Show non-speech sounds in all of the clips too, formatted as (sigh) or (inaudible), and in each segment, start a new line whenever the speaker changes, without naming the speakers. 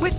With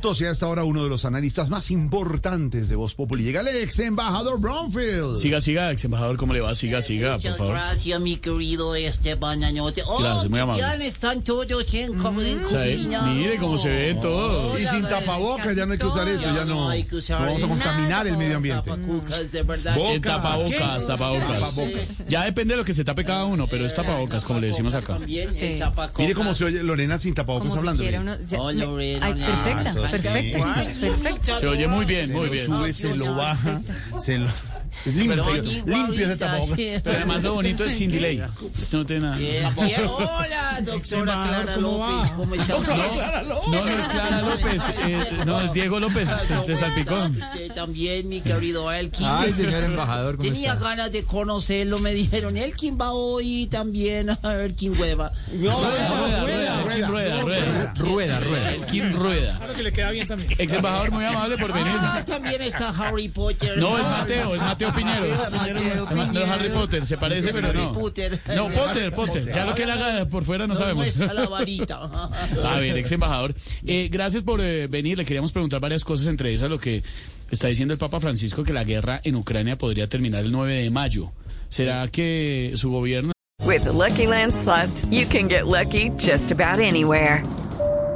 Y a esta hora uno de los analistas más importantes de Voz Populi. Llega el ex embajador Brownfield.
Siga, siga, ex embajador, ¿cómo le va? Siga, siga, por
Muchas
favor.
gracias, mi querido Esteban Añote. Oh,
Gracias, muy
qué
amable.
bien están todos en, como en
O sea, eh,
Cubina.
mire cómo se ve todo.
y sin tapabocas, ya no hay que usar eso, ya no.
hay que usar
no vamos a
nada,
contaminar el medio ambiente.
tapacucas, de verdad.
Boca.
En tapabocas,
¿Qué?
tapabocas.
Tapabocas.
Ya depende de lo que se tape cada uno, pero es tapabocas, como le decimos
Tapabocas
acá.
También, en tapabocas.
Mire cómo se oye Lorena sin tapabocas
Como si
hablando.
quiera
mire.
uno- ya-
Oh,
me-
Lorena,
ay,
no.
perfecta,
Ah, eso
perfecta,
sí.
perfecta.
Se oye muy bien, muy bien.
Sube, se lo baja, se lo. Es limpio,
Pero oye,
limpio ese
guarita,
tapabocas.
sí.
Pero además lo bonito es sin delay. Esto no tiene nada.
Bien, bien. Hola, doctora Clara López. ¿Cómo está?
Clara López.
No, no es Clara López, eh, no, es Diego López,
Ah,
de Salpicón.
Usted pues, eh, también, mi querido Elkin.
Ay, señor embajador, ¿cómo
(laughs) Tenía
está?
ganas de conocerlo, me dijeron. Elkin va hoy y también (laughs) Elkin Hueva.
Rueda, rueda, Elkin Rueda, rueda.
Rueda, rueda.
Elkin Rueda. Claro que le queda bien también. Ex embajador, muy amable por venir.
Ah, también está Harry Potter. Ah,
No, es Mateo, es Mateo Piñeros.
Mateo
Se llama- No es Harry
Piñeros.
Potter, se parece, pero no.
Potter.
No, Potter, Potter. Ya lo que él haga por fuera no
No
sabemos.
es a
(laughs)
la varita.
A ver, ex embajador, eh, gracias por eh, venir. Le queríamos preguntar varias cosas, entre esas lo que está diciendo el Papa Francisco, que la guerra en Ucrania podría terminar el 9 de mayo. ¿Será que su gobierno...
With Lucky Land slots, you can get lucky just about anywhere.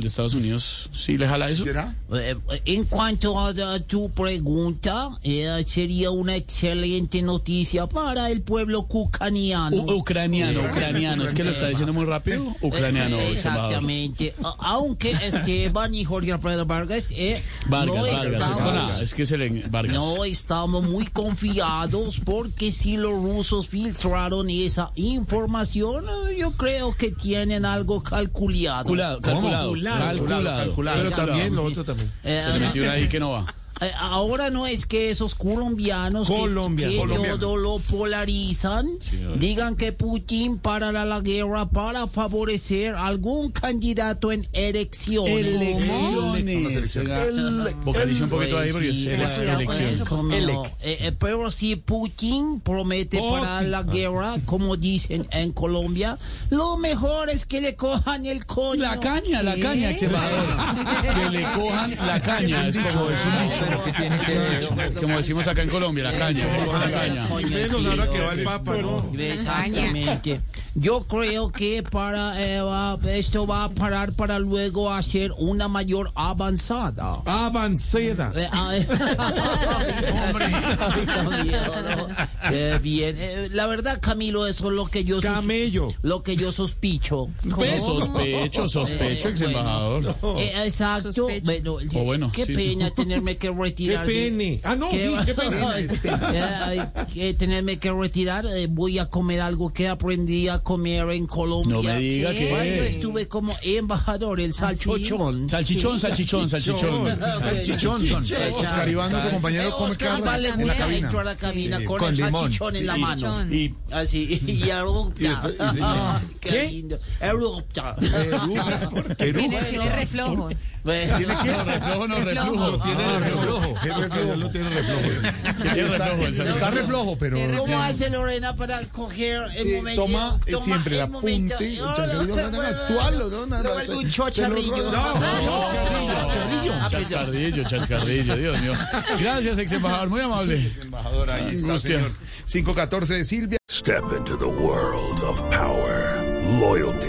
de Estados Unidos sí le jala eso?
¿Será?
Eh, En cuanto a a tu pregunta, eh, sería una excelente noticia para el pueblo cucaniano.
U- ucraniano, ucraniano. Es que lo está diciendo muy rápido. Ucraniano,
Sí,
ex embajador.
Eh, Exactamente. A- Aunque Esteban y Jorge Alfredo Vargas, eh,
Vargas,
no,
Vargas, es con
estamos,
A, es que se le... Vargas.
no estamos muy confiados porque si los rusos filtraron esa información, eh, yo creo que tienen algo calculado.
Calculado, calculado, calculado,
Calculado. Pero
calculado.
también lo otro también.
Eh,
Se le metió una ahí que no va.
Eh, Ahora no es que esos colombianos que-
Colombianos.
que,
Colombianos.
todo lo polarizan, digan que Putin parará la guerra para favorecer algún candidato en elecciones.
Elecciones. Vocalice un poquito ahí porque es
Sí,
elec-
bueno,
elecciones.
pues, como- eh, eh, pero si Putin promete parar la
Ah.
guerra, como dicen en Colombia, lo mejor es que le cojan el coño.
La caña, la caña, ex embajador. Que le cojan la caña. Es como, es
Ah,
un dicho,
Pero que tiene que ver.
como decimos acá en Colombia, la caña. La caña.
Menos ahora que va el Papa, ¿no?
Exactamente. Yo creo que para eh, va- esto va a parar para luego hacer una mayor avanzada.
Avanceda.
Eh, ay, hombre, ay, Camilo, no. Qué bien. Eh, la verdad, Camilo, eso es lo que yo sus-
Camello.
lo que yo sospecho.
Pues sospecho, sospecho, ex embajador.
Eh, exacto.
Sospecho.
Bueno, eh,
O Oh, bueno,
qué
sí.
pena tenerme que retirar.
Qué
de-
pene. Ah,
Oh,
no, sí, qué
(laughs)
pena.
(laughs) Ay, eh, ay, que tenerme que retirar. eh, voy a comer algo que aprendí a comer en Colombia.
No me diga
¿Qué?
Cuando
que.
estuve como embajador, el
(laughs)
salchochón.
Salchichón, salchichón, salchichón.
Chichón, son. Oscar Iván, nuestro
Eh,
compañero, come
Oscar
carne
Iván le
en la
gusta
cabina.
entrar a la cabina con,
con
el
limón.
salchichón en la mano.
Y-
Así, y eructa. Ah, Qué lindo. Eructa.
Tiene, tiene reflujo.
No, reflujo,
(laughs)
no, reflujo.
Tiene reflojo.
lo tiene reflojo.
Que tiene reflujo el
Está
salchichón.
reflojo, pero.
¿Cómo hace Lorena para coger el
Eh,
momento?
toma, eh, siempre
el
la
momento.
punta y el
No,
chascarrillo,
no,
no, no,
no,
actual, no, no, no,
lo
no,
vuelve
se-
un
se lo
chocharrillo.
roba.
Ah,
Chascarrillo,
ah, perdón.
chascarrillo, chascarrillo, Dios mío. Gracias, ex embajador, muy amable.
Embajador, ahí está,
Angustia.
señor. 514 de Silvia.
Step into the world of power, loyalty,